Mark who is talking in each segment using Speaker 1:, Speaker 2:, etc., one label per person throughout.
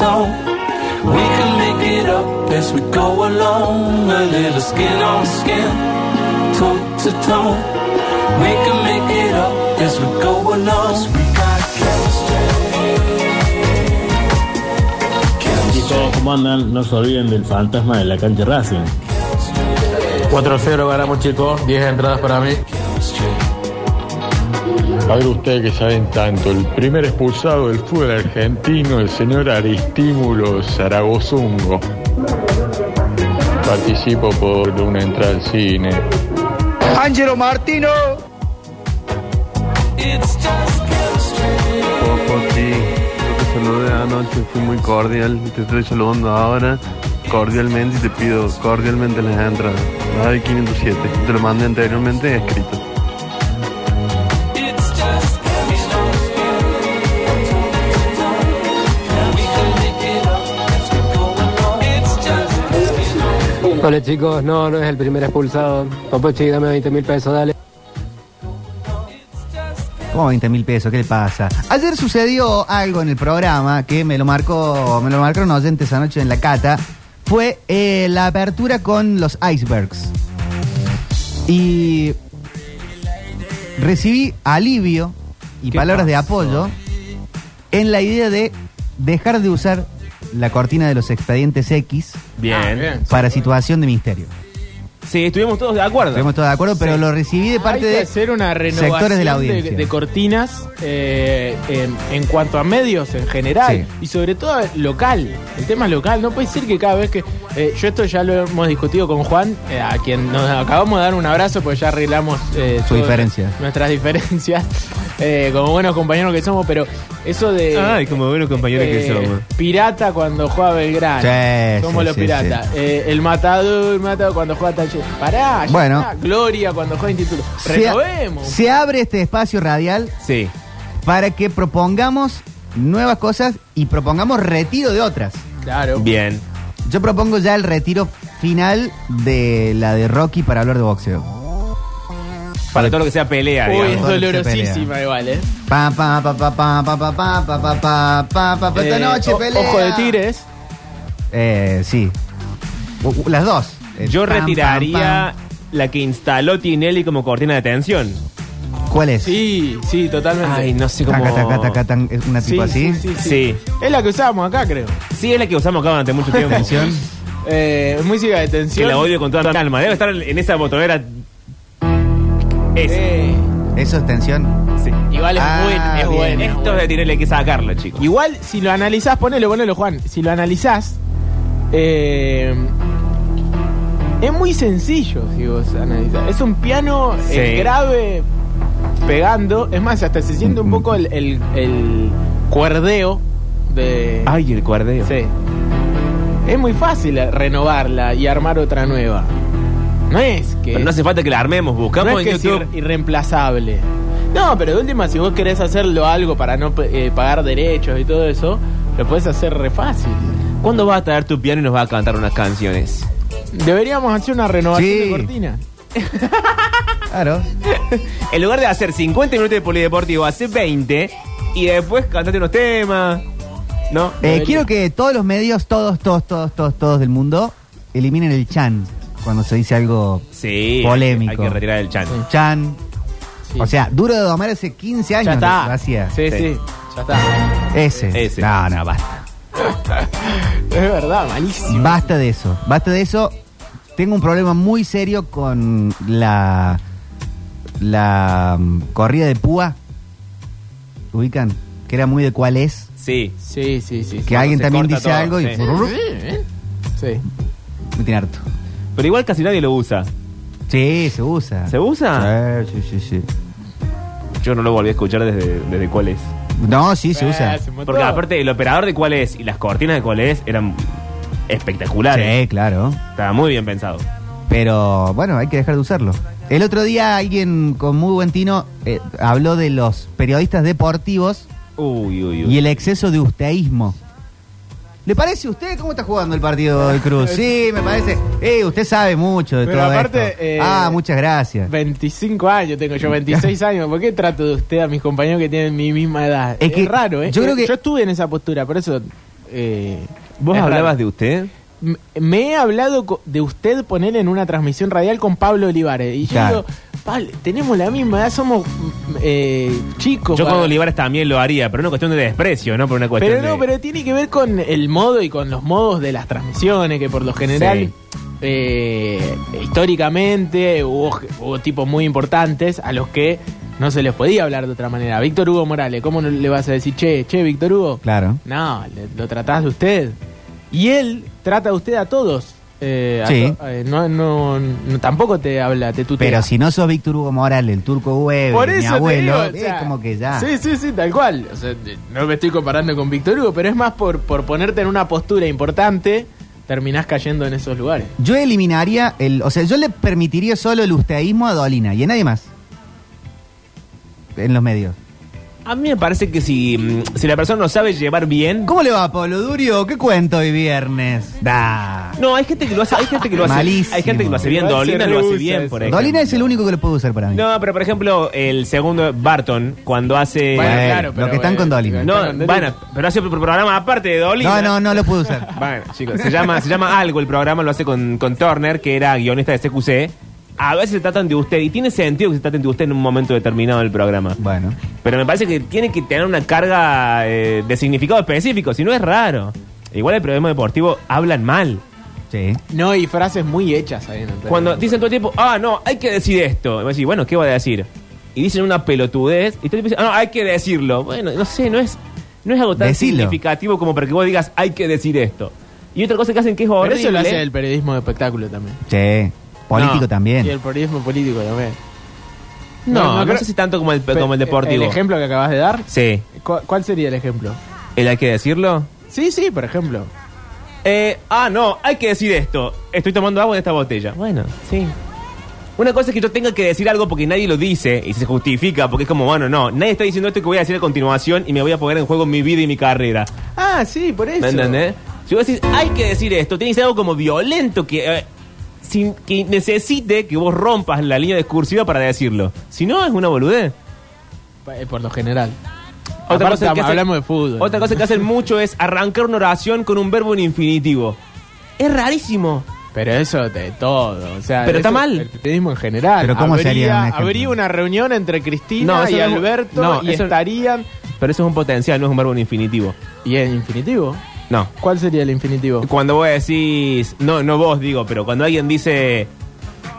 Speaker 1: soul. We can make it up as we go along, a little skin on skin, toe to toe. We can make it up as we go along. 'Cause we got chemistry.
Speaker 2: Chicos, ¿cómo andan? No se olviden del fantasma de la cancha Racing.
Speaker 3: 4-0 ganamos chicos, 10 entradas para mí.
Speaker 4: A ver ustedes que saben tanto, el primer expulsado del fútbol argentino, el señor Aristímulo Zaragozungo. Participo por una entrada al cine.
Speaker 5: Angelo Martino.
Speaker 1: It's just chemistry.
Speaker 6: Poti, yo te saludé anoche, fui muy cordial y te estoy saludando ahora cordialmente y te pido cordialmente las entradas. La de 507, te lo mandé anteriormente escrito.
Speaker 1: It's just chemistry. We can make it up as we go along. It's just chemistry.
Speaker 7: Hola chicos, no, no es el primer expulsado. Papuchi, dame 20 mil pesos, dale.
Speaker 8: Como 20 mil pesos, ¿qué le pasa? Ayer sucedió algo en el programa que me lo marcó, me lo marcaron oyentes anoche en la cata. Fue eh, la apertura con los icebergs. Y recibí alivio y
Speaker 9: ¿Qué
Speaker 8: palabras de
Speaker 9: pasó?
Speaker 8: apoyo en la idea de dejar de usar la cortina de los expedientes X
Speaker 9: Bien.
Speaker 3: Ah, bien.
Speaker 8: para situación de misterio.
Speaker 9: Sí, estuvimos todos de acuerdo.
Speaker 8: Estuvimos todos de acuerdo, pero
Speaker 9: Sí.
Speaker 8: lo recibí de
Speaker 10: Hay
Speaker 8: parte
Speaker 10: que
Speaker 8: de
Speaker 10: hacer una renovación
Speaker 8: sectores de
Speaker 10: de,
Speaker 8: la audiencia.
Speaker 10: de cortinas eh, en, en cuanto a medios en general
Speaker 8: Sí.
Speaker 10: y sobre todo local. El tema es local. No puede ser que cada vez que. eh, yo esto ya lo hemos discutido con Juan, eh, a quien nos acabamos de dar un abrazo porque ya arreglamos. eh,
Speaker 8: Su
Speaker 10: todas
Speaker 8: diferencia.
Speaker 10: Nuestras diferencias. eh, como buenos compañeros que somos, pero eso de.
Speaker 9: Ay, como buenos compañeros que
Speaker 10: eh,
Speaker 9: somos.
Speaker 10: Pirata cuando juega Belgrano.
Speaker 8: Sí,
Speaker 10: somos
Speaker 8: sí,
Speaker 10: los
Speaker 8: sí,
Speaker 10: piratas. Eh, el matador, matador cuando juega Taller. Pará, ya
Speaker 8: Bueno.
Speaker 10: está. Gloria cuando juega Instituto.
Speaker 8: Se,
Speaker 10: Renovemos.
Speaker 8: se abre este espacio radial
Speaker 9: Sí.
Speaker 8: para que propongamos nuevas cosas y propongamos retiro de otras.
Speaker 10: Claro.
Speaker 9: Bien.
Speaker 8: Yo propongo ya el retiro final de la de Rocky para hablar de boxeo.
Speaker 9: Para todo lo que sea pelea,
Speaker 10: Uy, es
Speaker 9: digamos.
Speaker 10: dolorosísima igual, ¿eh?
Speaker 8: Pa pa pa pa pa pa pa pa pa pa pa pa pa pa esta
Speaker 10: Eh,
Speaker 8: noche
Speaker 10: o-
Speaker 8: pelea.
Speaker 10: Ojo de tires.
Speaker 8: Eh, sí. U- u- Las dos. Eh,
Speaker 9: Yo
Speaker 8: pam, pam,
Speaker 9: retiraría la que instaló Tinelli como cortina de tensión.
Speaker 8: pam. ¿Cuál es?
Speaker 10: Sí, sí, totalmente.
Speaker 9: Ay, no sé
Speaker 8: Taca,
Speaker 9: cómo.
Speaker 8: taca, taca, tan- es una tipo
Speaker 10: sí,
Speaker 8: así.
Speaker 10: sí, sí, sí.
Speaker 9: Sí.
Speaker 10: Es la que usábamos acá, creo.
Speaker 9: Sí, es la que usamos acá durante mucho tiempo.
Speaker 8: Atención.
Speaker 10: Eh, música de
Speaker 9: Que
Speaker 10: tensión.
Speaker 9: la odio con toda mi alma. Debe estar en esa botonera. Esa.
Speaker 10: Eh,
Speaker 8: Eso es tensión.
Speaker 9: Sí.
Speaker 10: igual es
Speaker 8: Ah,
Speaker 10: buena, es
Speaker 8: bien.
Speaker 10: buena. es
Speaker 9: Esto
Speaker 10: buena.
Speaker 9: de Tinelli hay que sacarla, chicos.
Speaker 10: Igual, si lo analizás, ponelo, ponelo, Juan. Si lo analizás, eh, es muy sencillo si vos analizás. Es un piano eh,
Speaker 9: Sí.
Speaker 10: grave pegando. Es más, hasta se siente un poco el, el, el cuerdeo de.
Speaker 9: Ay, el cuardeo.
Speaker 10: Sí. Es muy fácil eh, renovarla y armar otra nueva. No es que.
Speaker 9: Pero no hace falta que la armemos. Buscamos
Speaker 10: No es que
Speaker 9: en
Speaker 10: es
Speaker 9: YouTube.
Speaker 10: irre- irreemplazable. No, pero de última, si vos querés hacerlo algo para no eh, pagar derechos y todo eso, lo podés hacer re fácil.
Speaker 9: ¿Cuándo vas a traer tu piano y nos vas a cantar unas canciones?
Speaker 10: Deberíamos hacer una renovación
Speaker 8: Sí.
Speaker 10: de cortina.
Speaker 8: Claro.
Speaker 9: En lugar de hacer 50 minutos de polideportivo, hace 20 y después cantate unos temas. ¿No?
Speaker 8: Eh,
Speaker 10: Debería.
Speaker 8: quiero que todos los medios, todos, todos, todos, todos, todos del mundo, eliminen el chan cuando se dice algo
Speaker 9: Sí.
Speaker 8: Polémico.
Speaker 9: Hay que retirar el chan.
Speaker 8: chan.
Speaker 10: Sí.
Speaker 8: O sea, duro de domar hace 15 años.
Speaker 10: ya está.
Speaker 8: lo hacía.
Speaker 10: Sí, sí,
Speaker 9: Sí.
Speaker 10: Ya está.
Speaker 8: Ese.
Speaker 9: Ese.
Speaker 8: No, no, basta.
Speaker 10: Es verdad, malísimo.
Speaker 8: Basta de eso. Basta de eso. Tengo un problema muy serio con la. La mm, corrida de púa. ¿Ubican? Que era muy de cuál es.
Speaker 9: Sí.
Speaker 10: Sí, sí, sí.
Speaker 8: Que
Speaker 10: sí.
Speaker 8: alguien
Speaker 9: se
Speaker 8: también
Speaker 9: corta
Speaker 8: dice
Speaker 9: todo,
Speaker 8: algo y.
Speaker 9: sí.
Speaker 10: Sí.
Speaker 8: Me tiene harto.
Speaker 9: Pero igual casi nadie lo usa.
Speaker 8: Sí, se usa.
Speaker 9: ¿Se usa?
Speaker 8: Sí, sí, sí. sí.
Speaker 9: Yo no lo volví a escuchar desde, desde cuál es.
Speaker 8: No, sí, se
Speaker 10: Eh,
Speaker 8: usa.
Speaker 10: hace un montón.
Speaker 9: Porque aparte, el operador de cuál es y las cortinas de cuál es eran
Speaker 10: Ah,
Speaker 9: espectaculares.
Speaker 8: Sí, claro.
Speaker 9: Estaba muy bien pensado.
Speaker 8: Pero bueno, hay que dejar de usarlo. El otro día alguien con muy buen tino eh, habló de los periodistas deportivos
Speaker 9: Uy, uy, uy.
Speaker 8: y el exceso de usteísmo. ¿Le parece a usted cómo está jugando el partido del Cruz? Sí, me parece. Eh, usted sabe mucho de
Speaker 10: Pero
Speaker 8: todo
Speaker 10: aparte,
Speaker 8: esto.
Speaker 10: eh,
Speaker 8: ah, muchas gracias.
Speaker 10: 25 años tengo yo, 26 años. ¿Por qué trato de usted a mis compañeros que tienen mi misma edad?
Speaker 8: Es
Speaker 10: Es,
Speaker 8: que
Speaker 10: raro, ¿eh?
Speaker 8: yo creo que-
Speaker 10: Yo estuve en esa postura, por eso eh,
Speaker 9: ¿Vos
Speaker 10: es raro.
Speaker 9: hablabas de usted?
Speaker 10: M- Me he hablado co- de usted poner en una transmisión radial con Pablo Olivares. Y yo
Speaker 8: Claro.
Speaker 10: digo, Pablo, tenemos la misma edad, somos mm, eh, chicos.
Speaker 9: Yo con
Speaker 10: para-
Speaker 9: Olivares también lo haría, pero no cuestión de desprecio, ¿no? Por una cuestión
Speaker 10: Pero no,
Speaker 9: de-
Speaker 10: pero tiene que ver con el modo y con los modos de las transmisiones, que por lo general, eh, históricamente, hubo, hubo tipos muy importantes a los que no se les podía hablar de otra manera. Víctor Hugo Morales, ¿cómo no le vas a decir, che, che, Víctor Hugo?
Speaker 8: Claro.
Speaker 10: No, le- lo tratás de usted. Y él trata de usted a todos. Eh, a
Speaker 8: Sí.
Speaker 10: to- eh, no, no, no- tampoco te habla, te tutea.
Speaker 8: Pero si no sos Víctor Hugo Morales, el turco Hueve,
Speaker 10: Por
Speaker 8: mi
Speaker 10: eso te
Speaker 8: abuelo,
Speaker 10: digo, o sea,
Speaker 8: es como que ya.
Speaker 10: Sí, sí, sí, tal cual. O sea, de- no me estoy comparando con Víctor Hugo, pero es más por, por ponerte en una postura importante, terminás cayendo en esos lugares.
Speaker 8: Yo eliminaría el. O sea, yo le permitiría solo el usteísmo a Dolina y a nadie más. En los medios.
Speaker 9: A mí me parece que si, mm, si la persona no sabe llevar bien.
Speaker 8: ¿Cómo le va, Pablo Durio? ¿Qué cuento hoy viernes? Da.
Speaker 9: No, hay gente que lo hace, hay gente que lo hace.
Speaker 8: Malísimo.
Speaker 9: Hay gente que lo hace bien,
Speaker 10: Igual se
Speaker 9: Dolina lo hace
Speaker 10: rehúsa
Speaker 9: bien,
Speaker 10: eso.
Speaker 9: por ejemplo.
Speaker 8: Dolina es el único que lo puedo usar para mí.
Speaker 9: No, pero por ejemplo, el segundo, Barton, cuando hace.
Speaker 8: Bueno, lo que
Speaker 10: eh,
Speaker 8: están con Dolina.
Speaker 9: No, bueno, pero hace otro programa aparte de Dolina.
Speaker 8: no, no, no lo puedo usar.
Speaker 9: Bueno, chicos, se llama, se llama algo el programa, lo hace con, con Turner, que era guionista de CQC. A veces se tratan de usted, y tiene sentido que se traten de usted en un momento determinado del programa.
Speaker 8: Bueno.
Speaker 9: Pero me parece que tiene que tener una carga eh, de significado específico, si no es raro. Igual el programa deportivo hablan mal.
Speaker 8: Sí.
Speaker 10: No, y frases muy hechas ahí en el
Speaker 9: Cuando dicen todo el tiempo, ah, no, hay que decir esto. Y vos decís, bueno, ¿qué va a decir? Y dicen una pelotudez, y todo el tiempo dicen, ah, no, hay que decirlo. Bueno, no sé, no es, no es algo tan
Speaker 8: Decilo.
Speaker 9: significativo como para que vos digas, hay que decir esto. Y otra cosa que hacen que es
Speaker 10: Pero
Speaker 9: horrible.
Speaker 10: eso lo hace el periodismo de espectáculo también.
Speaker 8: Sí. Político
Speaker 9: No.
Speaker 8: también.
Speaker 10: Y el periodismo político también.
Speaker 9: No, no,
Speaker 10: creo-
Speaker 9: sé si tanto como el,
Speaker 10: Pe-
Speaker 9: como el
Speaker 10: ¿El
Speaker 9: deportivo.
Speaker 10: ejemplo que acabas de dar?
Speaker 9: sí.
Speaker 10: ¿Cu- ¿Cuál sería el ejemplo?
Speaker 9: ¿El hay que decirlo?
Speaker 10: Sí, sí, por ejemplo.
Speaker 9: Eh, ah, no, hay que decir esto. Estoy tomando agua de esta botella. Bueno, sí. Una cosa es que yo tenga que decir algo porque nadie lo dice y se justifica, porque es como, bueno, no, nadie está diciendo esto que voy a decir a continuación y me voy a poner en juego mi vida y mi carrera.
Speaker 10: Ah, sí, por eso.
Speaker 9: ¿Me entendés? Si vos decís, hay que decir esto, tiene que ser algo como violento que, eh, sin, que necesite que vos rompas la línea discursiva para decirlo. Si no, es una boludez.
Speaker 10: Pa- eh, Por lo general.
Speaker 9: Otra
Speaker 10: Aparte,
Speaker 9: cosa que hacen-
Speaker 10: hablamos de fútbol.
Speaker 9: Otra cosa que hacen mucho es arrancar una oración con un verbo en infinitivo. Es rarísimo.
Speaker 10: Pero eso de todo, o sea,
Speaker 9: Pero
Speaker 10: de
Speaker 9: está
Speaker 10: eso-
Speaker 9: mal.
Speaker 10: El periodismo en general.
Speaker 8: Pero ¿cómo
Speaker 10: habría,
Speaker 8: sería un este ejemplo?
Speaker 10: habría una reunión entre Cristina
Speaker 9: No, eso
Speaker 10: y
Speaker 9: no es-
Speaker 10: Alberto
Speaker 9: no,
Speaker 10: y
Speaker 9: eso-
Speaker 10: estarían
Speaker 9: Pero eso es un potencial, no es un verbo en infinitivo.
Speaker 10: y el infinitivo.
Speaker 9: No.
Speaker 10: ¿Cuál sería el infinitivo?
Speaker 9: Cuando vos decís. No, no vos digo, pero cuando alguien dice.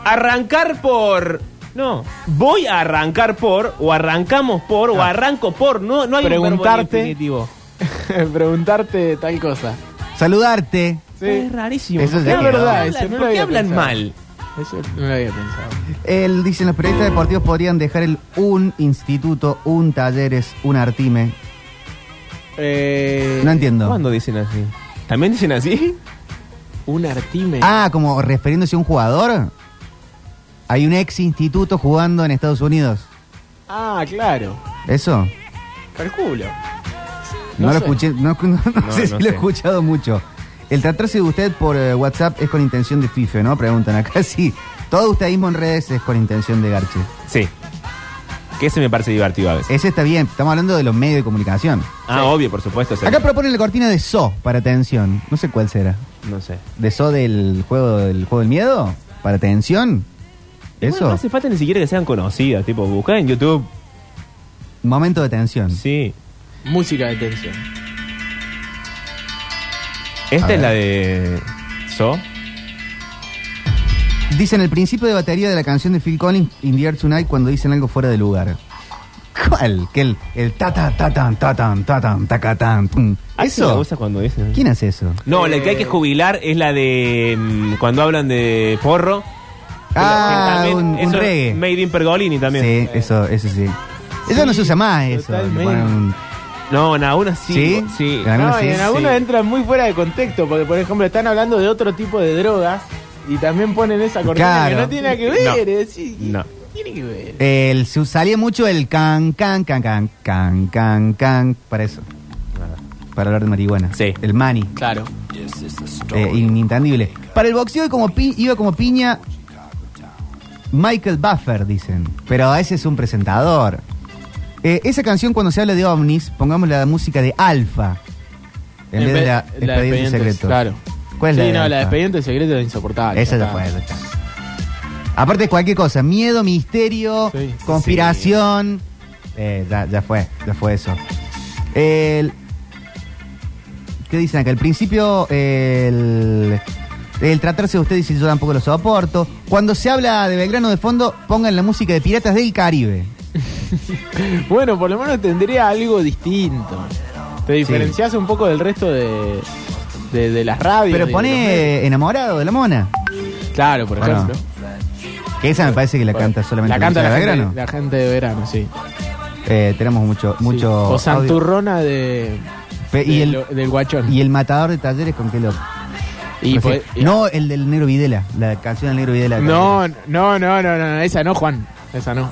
Speaker 9: Arrancar por. No. Voy a arrancar por. O arrancamos por. O arranco por. No, no hay un verbo
Speaker 10: Preguntarte.
Speaker 9: en infinitivo.
Speaker 10: Preguntarte tal cosa.
Speaker 8: Saludarte.
Speaker 10: Sí.
Speaker 9: Es rarísimo.
Speaker 8: Eso
Speaker 9: ¿Por qué
Speaker 8: ya quedó.
Speaker 9: hablan-
Speaker 10: Verdad, eso no lo
Speaker 9: ¿Por qué
Speaker 10: había
Speaker 9: hablan
Speaker 10: pensado.
Speaker 9: mal?
Speaker 10: Eso no lo había pensado.
Speaker 8: Él dice, los periodistas deportivos podrían dejar el un instituto, un talleres, un artime.
Speaker 10: Eh,
Speaker 8: No entiendo.
Speaker 9: ¿Cuándo dicen así? ¿También dicen así?
Speaker 10: un artime.
Speaker 8: Ah, como refiriéndose a un jugador. Hay un ex instituto jugando en Estados Unidos.
Speaker 10: Ah, claro.
Speaker 8: ¿Eso?
Speaker 10: Calculo.
Speaker 8: No, lo
Speaker 10: No sé.
Speaker 8: escuché, no, no- no
Speaker 9: No,
Speaker 8: sé si
Speaker 9: no
Speaker 8: lo
Speaker 9: sé.
Speaker 8: he escuchado mucho. El tratarse de usted por eh, WhatsApp es con intención de FIFA, ¿no? Preguntan acá, sí. Todo usteísmo en redes es con intención de garche.
Speaker 9: Sí. Que ese me parece divertido a veces.
Speaker 8: Ese está bien, estamos hablando de los medios de comunicación.
Speaker 9: Ah, obvio, por supuesto. o sea,
Speaker 8: Acá proponen la cortina de So para tensión. No sé cuál será.
Speaker 9: no sé.
Speaker 8: ¿De So del juego del, juego del miedo? ¿Para tensión?
Speaker 9: Bueno, no
Speaker 8: ¿Eso?
Speaker 9: hace falta ni siquiera que sean conocidas. Tipo, buscar en YouTube.
Speaker 8: Momento de tensión.
Speaker 9: Sí.
Speaker 10: Música de tensión.
Speaker 9: Esta
Speaker 8: A ver.
Speaker 9: es la de. So.
Speaker 8: Dicen el principio de batería de la canción de Phil Collins, In the Air Tonight, cuando dicen algo fuera de lugar. ¿Cuál? Que el, el ta ta ta tan ta tan ta tan ta ca, tan, tum.
Speaker 9: ¿Alguien la
Speaker 8: ¿Eso?
Speaker 9: usa cuando dicen?
Speaker 8: ¿Quién hace eso?
Speaker 9: No, la que hay que jubilar es la de. mm, cuando hablan de porro.
Speaker 8: Ah,
Speaker 9: Que también-
Speaker 8: un, un
Speaker 9: eso es
Speaker 8: reggae.
Speaker 9: Made in Pergolini también.
Speaker 8: Sí, eso, eso sí. Eso no se usa más, eso. Le
Speaker 10: totalmente.
Speaker 8: ponen un-
Speaker 9: No, en algunas sí.
Speaker 8: ¿Sí?
Speaker 9: Sí.
Speaker 8: En algunas
Speaker 10: No, y
Speaker 8: sí.
Speaker 10: en algunos entran muy fuera de contexto, porque por ejemplo están hablando de otro tipo de drogas y también ponen esa
Speaker 8: Claro.
Speaker 10: cortina
Speaker 8: Eh,
Speaker 10: que no tiene nada que ver.
Speaker 9: No.
Speaker 10: es decir,
Speaker 9: No.
Speaker 10: Tiene que ver.
Speaker 8: El- se salía mucho el can, can, can, can, can, can, can, para eso. Para hablar de marihuana.
Speaker 9: Ah. Sí.
Speaker 8: El mani.
Speaker 10: Claro.
Speaker 8: Eh, inintendible. Para el boxeo como pi- iba como piña Michael Buffer, dicen. Pero ese es un presentador. Eh, esa canción cuando se habla de ovnis, pongamos la música de Alfa. En vez de la, expediente secreto.
Speaker 10: Claro.
Speaker 8: ¿Cuál es
Speaker 10: sí,
Speaker 8: la de
Speaker 10: no, la
Speaker 8: Alfa?
Speaker 10: de expediente secreto es insoportable.
Speaker 8: Esa ya
Speaker 10: está.
Speaker 8: fue. ya está. Aparte de cualquier cosa, miedo, misterio,
Speaker 10: Sí.
Speaker 8: conspiración. Eh, ya, ya fue, ya fue eso. El- ¿Qué dicen acá? Al principio, el, el tratarse de usted dice yo tampoco lo soporto. Cuando se habla de Belgrano de fondo, pongan la música de Piratas del Caribe.
Speaker 10: Bueno, por lo menos tendría algo distinto. Te diferencias un poco del resto de, de, de las radios. y
Speaker 8: Pero
Speaker 10: de los medios.
Speaker 8: pone enamorado de la mona.
Speaker 10: Claro, por
Speaker 8: Bueno,
Speaker 10: ejemplo.
Speaker 8: Que esa me parece que la canta solamente
Speaker 10: La canta la
Speaker 8: Luciana
Speaker 10: gente,
Speaker 8: Belgrano.
Speaker 10: la gente de verano, sí.
Speaker 8: Eh, tenemos mucho, mucho.
Speaker 10: Sí. O
Speaker 8: audio.
Speaker 10: Santurrona de,
Speaker 8: Pe- y
Speaker 10: de
Speaker 8: el-
Speaker 10: lo- del Guachón.
Speaker 8: Y el matador de talleres con qué lo.
Speaker 10: Y
Speaker 8: Pues
Speaker 10: pues-
Speaker 8: sí. no el del negro Videla, la canción del negro Videla.
Speaker 10: No, no, no, no, no, no, esa no, Juan. Esa no.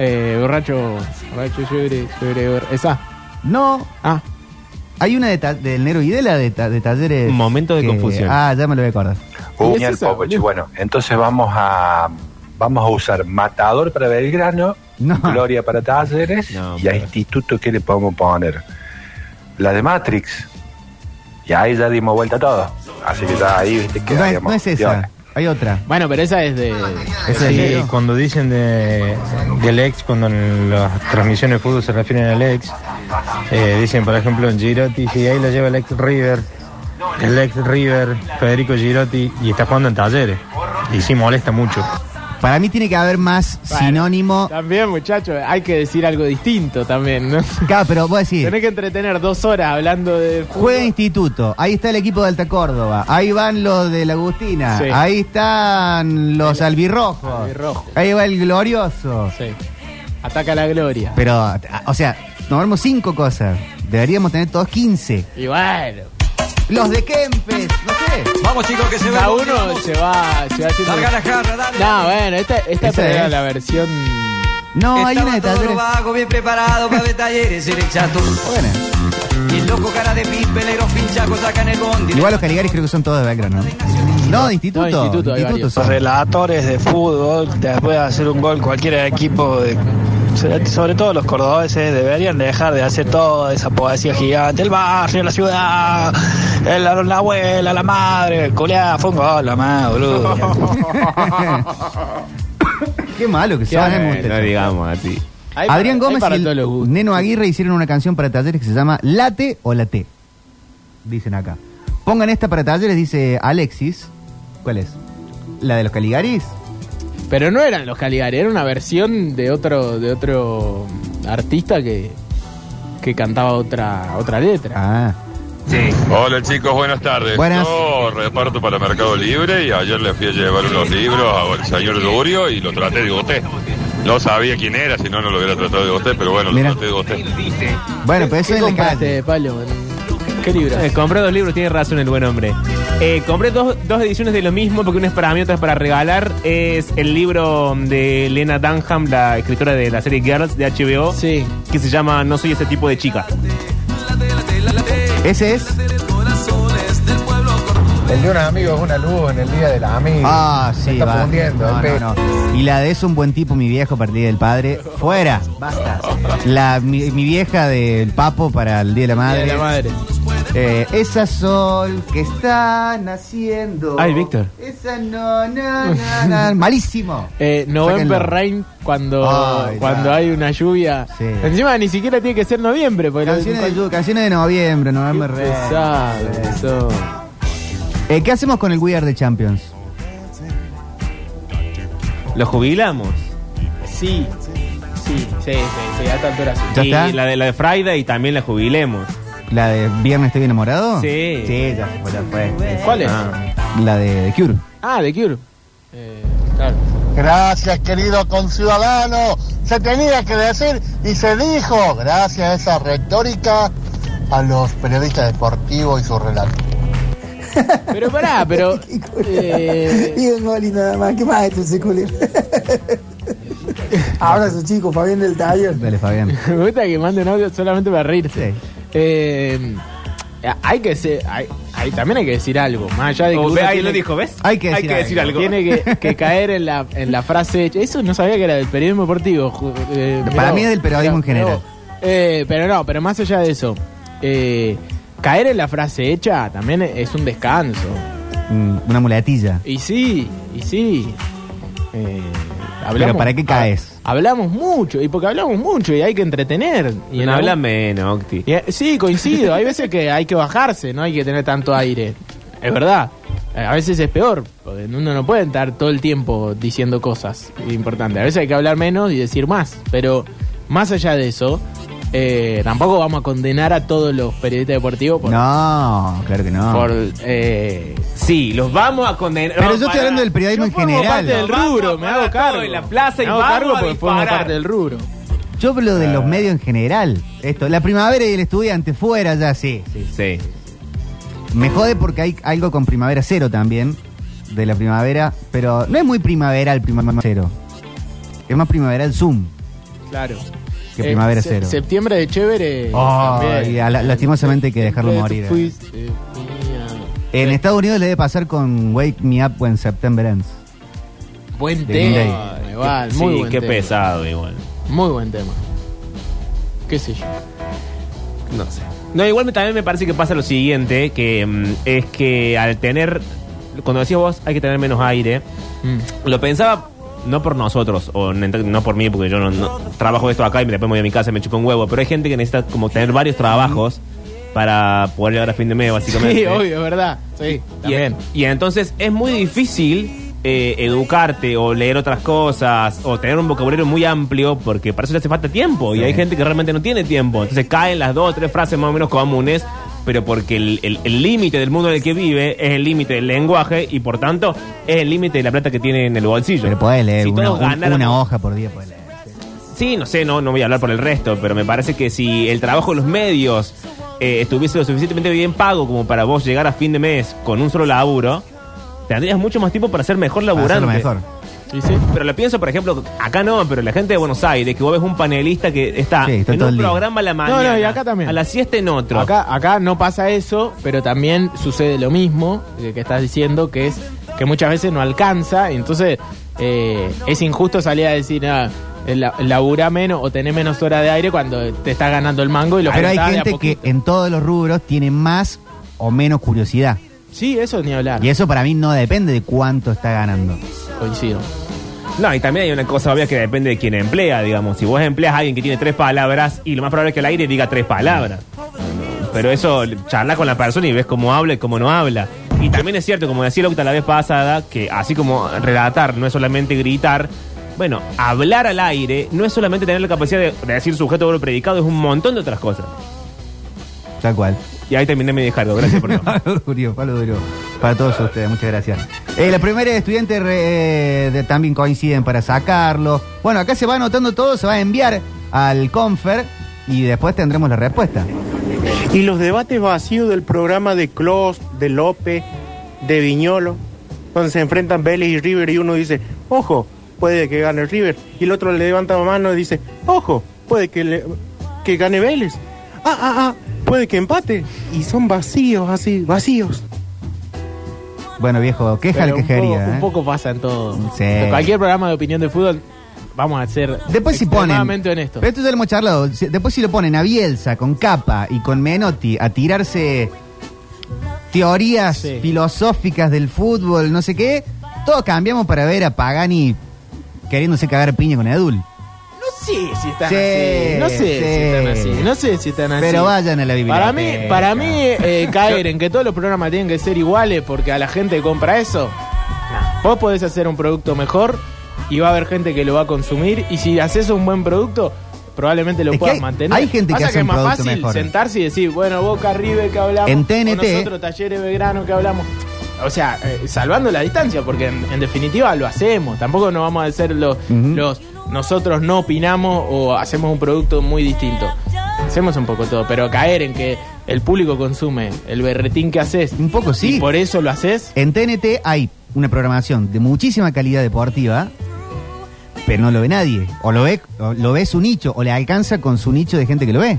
Speaker 10: Eh, borracho, borracho, llore, llore, borra- Esa.
Speaker 8: No,
Speaker 10: Ah,
Speaker 8: hay una de ta- del negro Videla de, ta- de talleres.
Speaker 9: Momento de
Speaker 8: que-
Speaker 9: confusión.
Speaker 8: Ah, ya me lo voy a acordar.
Speaker 10: ¿Y
Speaker 11: Uy,
Speaker 10: es
Speaker 11: al
Speaker 10: esa,
Speaker 11: Popochi.
Speaker 10: boludo?
Speaker 11: Bueno, entonces vamos a vamos a usar Matador para Belgrano,
Speaker 8: No.
Speaker 11: Gloria para Talleres
Speaker 9: No,
Speaker 11: y a
Speaker 9: pero-
Speaker 11: Instituto que le podemos poner la de Matrix. Y ahí ya dimos vuelta a todo. Así que ya ahí viste que
Speaker 8: No es, no es esa, hay otra.
Speaker 10: bueno, pero esa es de.
Speaker 8: Esa
Speaker 10: sí.
Speaker 8: es-
Speaker 3: cuando dicen de, del ex, cuando en las transmisiones de fútbol se refieren al ex, eh, dicen por ejemplo en Girotti, si ahí la lleva el ex River, el ex River, Federico Girotti, y está jugando en talleres. Y sí molesta mucho.
Speaker 8: Para mí tiene que haber más
Speaker 10: Bueno.
Speaker 8: sinónimo.
Speaker 10: También, muchachos, hay que decir algo distinto también, ¿no?
Speaker 8: Claro, pero vos decís,
Speaker 10: Tenés que entretener dos horas hablando de. fútbol.
Speaker 8: juega instituto, ahí está el equipo de Alta Córdoba, ahí van los de la Agustina,
Speaker 10: Sí.
Speaker 8: ahí están los albirrojos,
Speaker 10: Albirrojos.
Speaker 8: ahí va el glorioso.
Speaker 10: Sí. Ataca la gloria.
Speaker 8: Pero, a- o sea, nos vemos cinco cosas, deberíamos tener todos 15.
Speaker 10: Y bueno,
Speaker 8: Los de Kempes, no sé.
Speaker 1: Vamos chicos que se
Speaker 10: cada
Speaker 1: va.
Speaker 10: uno se va, se va haciendo.
Speaker 1: Larga la jarra, dale.
Speaker 10: No, bueno, esta, esta
Speaker 8: Esa
Speaker 10: era
Speaker 8: es.
Speaker 10: la versión.
Speaker 8: No, hay
Speaker 1: Estaba
Speaker 8: una de
Speaker 1: todo
Speaker 8: talleres.
Speaker 1: vago, bien preparado para ver talleres en el chato.
Speaker 8: Bueno,
Speaker 1: Y el loco cara de pis, pelero finchaco, sacan el bondi.
Speaker 8: igual los Caligaris creo que son todos de Belgrano. No, de instituto.
Speaker 10: No, de instituto, hay varios.
Speaker 8: son.
Speaker 12: relatores de fútbol, después de hacer un gol cualquier equipo, de- sobre- sobre todo los cordobeses, deberían dejar de hacer toda esa poesía gigante, el barrio, la ciudad, el- la, la abuela, la madre, culiá, fue un gol, la madre, boludo.
Speaker 8: Qué malo que
Speaker 10: Qué
Speaker 8: son, eh,
Speaker 10: bueno,
Speaker 8: muchachos.
Speaker 9: digamos así.
Speaker 10: Hay para-
Speaker 8: Adrián
Speaker 10: hay
Speaker 8: Gómez
Speaker 10: para
Speaker 8: y
Speaker 10: todos los gustos.
Speaker 8: el Neno Aguirre hicieron una canción para talleres que se llama Late o la T. Dicen acá. Pongan esta para talleres, dice Alexis. ¿Cuál es? ¿La de los Caligaris?
Speaker 10: Pero no eran los Caligari, era una versión de otro de otro artista que, que cantaba otra otra letra.
Speaker 8: Ah.
Speaker 4: Hola chicos, buenas tardes.
Speaker 8: Buenas.
Speaker 4: Yo reparto para Mercado Libre y ayer le fui a llevar unos libros al señor Durio y lo traté de goté. No sabía quién era, si no, no lo hubiera tratado de goté, pero bueno,
Speaker 8: Mira.
Speaker 4: lo traté de goté.
Speaker 8: Bueno, pero eso
Speaker 10: ¿Qué
Speaker 8: es en la
Speaker 10: compraste,
Speaker 8: calle.
Speaker 10: Pablo? ¿Qué libro?
Speaker 9: Eh, compré dos libros, tiene razón el buen hombre. Eh, compré dos, dos ediciones de lo mismo, porque una es para mí, otra es para regalar. Es el libro de Lena Dunham, la escritora de la serie Girls de HBO,
Speaker 10: Sí.
Speaker 9: que se llama No soy ese tipo de chica.
Speaker 8: Ese es.
Speaker 12: El de un amigo es una luz en el día del amigo.
Speaker 8: Ah, sí,
Speaker 12: está
Speaker 8: va.
Speaker 12: fundiendo,
Speaker 8: No,
Speaker 12: el
Speaker 8: no, no. Y la de es un buen tipo, mi viejo, para el día del padre. Fuera, basta. La, mi, mi vieja del papo para el día de la madre.
Speaker 10: De la madre.
Speaker 8: Eh, esa sol que están haciendo.
Speaker 9: Ay, Víctor.
Speaker 8: Esa no, no, no, no. Malísimo.
Speaker 10: Eh, November
Speaker 8: Sáquenlo.
Speaker 10: Rain cuando,
Speaker 8: Ay,
Speaker 10: cuando
Speaker 8: ya.
Speaker 10: hay una lluvia.
Speaker 8: Sí.
Speaker 10: Encima ni siquiera tiene que ser noviembre, porque
Speaker 8: Canciones de, yu- canciones de noviembre, no me re.
Speaker 10: Pesado, eso.
Speaker 8: Eh, ¿Qué hacemos con el We Are the Champions?
Speaker 9: Lo jubilamos.
Speaker 10: Sí, sí, sí, sí, sí, a esta altura sí.
Speaker 8: ¿Ya
Speaker 9: y
Speaker 8: está?
Speaker 9: la de la de Friday también la jubilemos.
Speaker 8: ¿La de Viernes estoy enamorado?
Speaker 9: Sí.
Speaker 8: Sí, ya fue, ya fue.
Speaker 10: ¿Cuál es?
Speaker 9: Ah.
Speaker 8: La de The Cure.
Speaker 10: Ah, The Cure. Eh, claro.
Speaker 12: Gracias, querido conciudadano. Se tenía que decir y se dijo, gracias a esa retórica, a los periodistas deportivos y sus relatos.
Speaker 10: Pero pará, pero. eh,
Speaker 12: un gol y nada más. ¿Qué más es tu circulio? Ahora su chico, Fabián del Taller.
Speaker 8: Dale, Fabián.
Speaker 10: Me gusta que manden audio solamente para reírse.
Speaker 8: Sí.
Speaker 10: Eh, hay que ser, hay, hay- también hay que decir algo, más allá de que
Speaker 9: Oh,
Speaker 10: uno
Speaker 9: ve, ahí
Speaker 10: tiene-
Speaker 9: lo dijo, ¿ves?
Speaker 8: Hay que decir
Speaker 9: algo.
Speaker 10: Tiene que, que caer en la, en la frase hecha. Eso no sabía que era del periodismo deportivo. ju- eh,
Speaker 8: Para
Speaker 10: mirá
Speaker 8: mí es del periodismo en general.
Speaker 10: mirá vos. Eh, pero no, pero más allá de eso, eh, caer en la frase hecha también es un descanso.
Speaker 8: Mm, Una muletilla.
Speaker 10: Y sí, y sí. Eh,
Speaker 8: Pero ¿para qué caes?
Speaker 10: ha- Hablamos mucho, y porque hablamos mucho y hay que entretener. Y en
Speaker 9: no
Speaker 10: algún-
Speaker 9: habla menos, Octi.
Speaker 10: y, eh, sí, coincido. Hay veces que hay que bajarse, no hay que tener tanto aire. Es verdad. Eh, A veces es peor, porque uno no puede estar todo el tiempo diciendo cosas importantes. A veces hay que hablar menos y decir más. Pero más allá de eso, eh, tampoco vamos a condenar a todos los periodistas deportivos por...
Speaker 8: No, claro que no.
Speaker 10: por, eh,
Speaker 9: sí, los vamos a condenar.
Speaker 8: Pero yo estoy hablando del periodismo en
Speaker 10: Formo
Speaker 8: general.
Speaker 10: parte del rubro, me hago cargo.
Speaker 9: en la plaza y
Speaker 10: me hago
Speaker 9: vamos
Speaker 10: cargo
Speaker 9: a
Speaker 10: porque formo
Speaker 9: disparar.
Speaker 10: parte del rubro.
Speaker 8: Yo hablo de los medios en general. Esto, la primavera y el estudiante fuera ya, sí. sí.
Speaker 9: Sí.
Speaker 8: Me jode porque hay algo con primavera cero también, de la primavera, pero no es muy primavera el primavera cero. Es más primavera el Zoom.
Speaker 10: Claro. Eh,
Speaker 8: Que primavera
Speaker 10: se-
Speaker 8: cero.
Speaker 10: Septiembre de chévere.
Speaker 8: Oh,
Speaker 10: también. eh,
Speaker 8: y a la- lastimosamente hay que dejarlo
Speaker 10: Tú
Speaker 8: morir. eh.
Speaker 10: fuiste-
Speaker 8: En Estados Unidos le debe pasar con Wake Me Up When September Ends.
Speaker 10: Buen
Speaker 8: De
Speaker 10: tema.
Speaker 8: Green
Speaker 10: igual,
Speaker 9: Sí,
Speaker 10: Ah, muy buen
Speaker 9: qué
Speaker 10: tema.
Speaker 9: pesado igual.
Speaker 10: Muy buen tema. ¿Qué sé yo?
Speaker 9: No sé. No, igual me- también me parece que pasa lo siguiente, que mm, es que al tener, cuando decías vos, hay que tener menos aire,
Speaker 10: Mm.
Speaker 9: lo pensaba no por nosotros, o n- no por mí, porque yo no, no- trabajo esto acá y me después me voy a mi casa y me chupo un huevo, pero hay gente que necesita como tener varios trabajos para poder llegar a fin de mes, básicamente.
Speaker 10: Mm. Sí, obvio, es verdad. Sí,
Speaker 9: Y,
Speaker 10: también.
Speaker 9: y entonces es muy difícil eh, educarte o leer otras cosas o tener un vocabulario muy amplio porque para eso le hace falta tiempo y hay gente que realmente no tiene tiempo. Entonces caen las dos o tres frases más o menos comunes, pero porque el- el el límite del mundo en el que vive es el límite del lenguaje y por tanto es el límite de la plata que tiene en el bolsillo.
Speaker 8: Pero podés leer
Speaker 9: Si
Speaker 8: una,
Speaker 9: todos
Speaker 8: un-
Speaker 9: ganáramos-
Speaker 8: una hoja por día. podés leer.
Speaker 9: Sí, no sé, no, no voy a hablar por el resto, pero me parece que si el trabajo de los medios eh, estuviese lo suficientemente bien pago como para vos llegar a fin de mes con un solo laburo, tendrías mucho más tiempo para ser mejor
Speaker 8: Para hacerlo
Speaker 9: laburante.
Speaker 8: mejor.
Speaker 9: Pero lo pienso, por ejemplo, acá no, pero la gente de Buenos Aires, que vos ves un panelista que está,
Speaker 8: Sí, está
Speaker 9: en
Speaker 8: todo
Speaker 9: un
Speaker 8: el día.
Speaker 9: programa a la mañana,
Speaker 10: no, y acá también.
Speaker 9: a la siesta en otro.
Speaker 10: Acá, acá no pasa eso, pero también sucede lo mismo eh, que estás diciendo, que es que muchas veces no alcanza, y entonces eh, es injusto salir a decir, ah, la- labura menos o tener menos hora de aire cuando te estás ganando el mango y lo
Speaker 8: Pero hay
Speaker 10: juntás de a
Speaker 8: gente que
Speaker 10: poquito.
Speaker 8: en todos los rubros tiene más o menos curiosidad.
Speaker 10: Sí, eso ni hablar.
Speaker 8: Y eso para mí no depende de cuánto está ganando.
Speaker 10: Coincido.
Speaker 9: No, y también hay una cosa obvia que depende de quién emplea, digamos. Si vos empleas a alguien que tiene tres palabras, y lo más probable es que el aire diga tres palabras. Pero eso, charla con la persona y ves cómo habla y cómo no habla. Y también es cierto, como decía Octa la vez pasada, que así como relatar no es solamente gritar, bueno, hablar al aire no es solamente tener la capacidad de, de decir sujeto, verbo, predicado, es un montón de otras cosas.
Speaker 8: Tal cual.
Speaker 9: Y ahí terminé mi descargo, gracias por no.
Speaker 8: Pablo Durio, Pablo Durio. Para todos ustedes, muchas gracias. Eh, la primera de estudiantes re- eh, de- también coinciden para sacarlo. Bueno, acá se va anotando todo, se va a enviar al Confer y después tendremos la respuesta.
Speaker 13: Y los debates vacíos del programa de Clos, de López, de Viñolo, donde se enfrentan Vélez y River y uno dice, ojo, puede que gane River. Y el otro le levanta la mano y dice, ojo, puede que, le- que gane Vélez. Ah, ah, ah, puede que empate. Y son vacíos así, vacíos.
Speaker 8: Bueno, viejo, queja
Speaker 10: Pero
Speaker 8: el
Speaker 10: un poco-
Speaker 8: quejería.
Speaker 10: Un
Speaker 8: ¿eh?
Speaker 10: poco pasa en todo.
Speaker 8: Sí.
Speaker 10: En cualquier programa de opinión de fútbol, vamos a ser
Speaker 8: Después si ponen.
Speaker 10: extremadamente honestos.
Speaker 8: Pero esto ya lo hemos charlado. Si- Después si lo ponen a Bielsa con Capa y con Menotti a tirarse teorías filosóficas del fútbol, no sé qué, todos cambiamos para ver a Pagani queriéndose cagar piña con Edul.
Speaker 10: No sé si están
Speaker 8: Sí,
Speaker 10: así. No sé si están
Speaker 8: sí.
Speaker 10: así. No sé si están así.
Speaker 8: Pero vayan a la biblioteca.
Speaker 10: Para mí, para mí eh, caer en que todos los programas tienen que ser iguales porque a la gente compra eso. no. Vos podés hacer un producto mejor y va a haber gente que lo va a consumir. Y si haces un buen producto, probablemente lo
Speaker 8: Es que
Speaker 10: puedas
Speaker 8: hay-
Speaker 10: mantener.
Speaker 8: hay gente que
Speaker 10: Pasa
Speaker 8: hace
Speaker 10: es
Speaker 8: un
Speaker 10: más
Speaker 8: producto
Speaker 10: fácil
Speaker 8: mejor.
Speaker 10: sentarse y decir, bueno, Boca, River, que hablamos.
Speaker 8: En
Speaker 10: o
Speaker 8: TNT.
Speaker 10: Nosotros, Talleres Belgrano, que hablamos. O sea, eh, salvando la distancia, porque en, en definitiva lo hacemos. Tampoco nos vamos a hacer los, los. Nosotros no opinamos o hacemos un producto muy distinto. Hacemos un poco todo, pero caer en que el público consume el berretín que haces.
Speaker 8: Un poco sí.
Speaker 10: Y por eso lo haces.
Speaker 8: En TNT hay una programación de muchísima calidad deportiva, pero no lo ve nadie. O lo ve, o lo ve su nicho, o le alcanza con su nicho de gente que lo ve.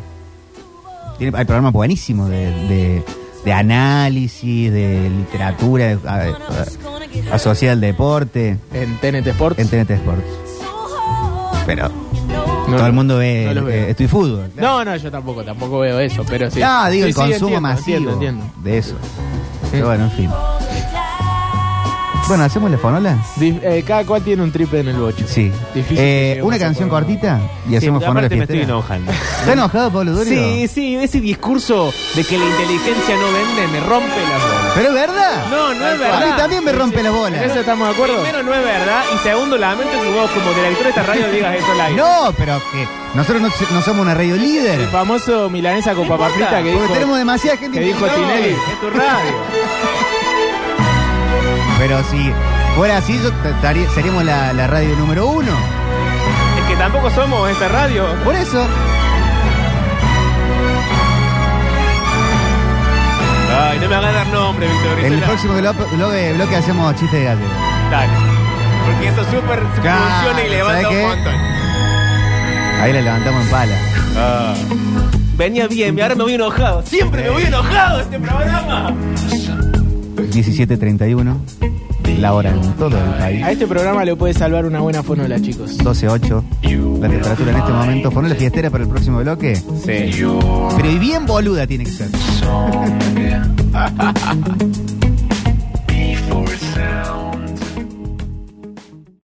Speaker 8: Tiene, hay programas buenísimos de, de- de análisis, de literatura de- a- a- asociada al deporte.
Speaker 10: En TNT Sports.
Speaker 8: En TNT Sports. Pero Todo el mundo ve,
Speaker 10: no los veo.
Speaker 8: eh, estoy fútbol.
Speaker 10: No, no, yo tampoco, tampoco veo eso, pero sí.
Speaker 8: Ah, digo,
Speaker 10: Sí,
Speaker 8: el
Speaker 10: sí,
Speaker 8: consumo
Speaker 10: entiendo,
Speaker 8: masivo
Speaker 10: Entiendo, entiendo.
Speaker 8: de eso. Pero bueno, en fin. Bueno, ¿hacemos la fonola?
Speaker 10: Dif- eh, cada cual tiene un triple en el bocho.
Speaker 8: Sí. Eh,
Speaker 10: Difícil que lleguemos
Speaker 8: una
Speaker 10: a
Speaker 8: canción
Speaker 10: acuerdo.
Speaker 8: cortita y
Speaker 10: Sí,
Speaker 8: hacemos fonola
Speaker 10: aparte me estoy
Speaker 8: fiestera.
Speaker 10: enojando.
Speaker 8: ¿Está enojado Pablo Durio?
Speaker 10: Sí, sí, ese discurso de que la inteligencia no vende me rompe las bolas.
Speaker 8: ¿Pero es verdad?
Speaker 10: No, no es verdad.
Speaker 8: A mí también me rompe las bolas.
Speaker 10: ¿En eso estamos de acuerdo? Primero, no es verdad. Y segundo, lamento que vos, como director de esta radio, digas eso al aire.
Speaker 8: No, pero que nosotros no, no somos una radio líder.
Speaker 10: El famoso milanesa con papa
Speaker 8: importa,
Speaker 10: frita que
Speaker 8: porque
Speaker 10: dijo...
Speaker 8: tenemos demasiada gente
Speaker 10: Que dijo
Speaker 8: indignada.
Speaker 10: Tinelli. Es tu radio.
Speaker 8: Pero si fuera así, yo t- estaría- seríamos la, la radio número uno.
Speaker 10: Es que tampoco somos esa radio.
Speaker 8: Por eso.
Speaker 10: Ay, no me hagas dar nombre, Víctor.
Speaker 8: En
Speaker 10: Eso
Speaker 8: el
Speaker 10: ya-
Speaker 8: próximo glo- bloque, bloque hacemos chiste de gallo.
Speaker 10: Dale. Porque eso súper funciona y levanta
Speaker 8: ¿sabes
Speaker 10: un
Speaker 8: qué?
Speaker 10: montón.
Speaker 8: Ahí la levantamos en pala.
Speaker 10: Venía bien, ahora me voy enojado. Siempre me voy enojado de este programa.
Speaker 8: 17.31. La hora en todo el país.
Speaker 10: A este programa le puede salvar una buena fonola, chicos.
Speaker 8: 12.8. La temperatura en este momento. Ponle la fiestera para el próximo bloque.
Speaker 10: Sí.
Speaker 8: Pero y bien boluda tiene que ser.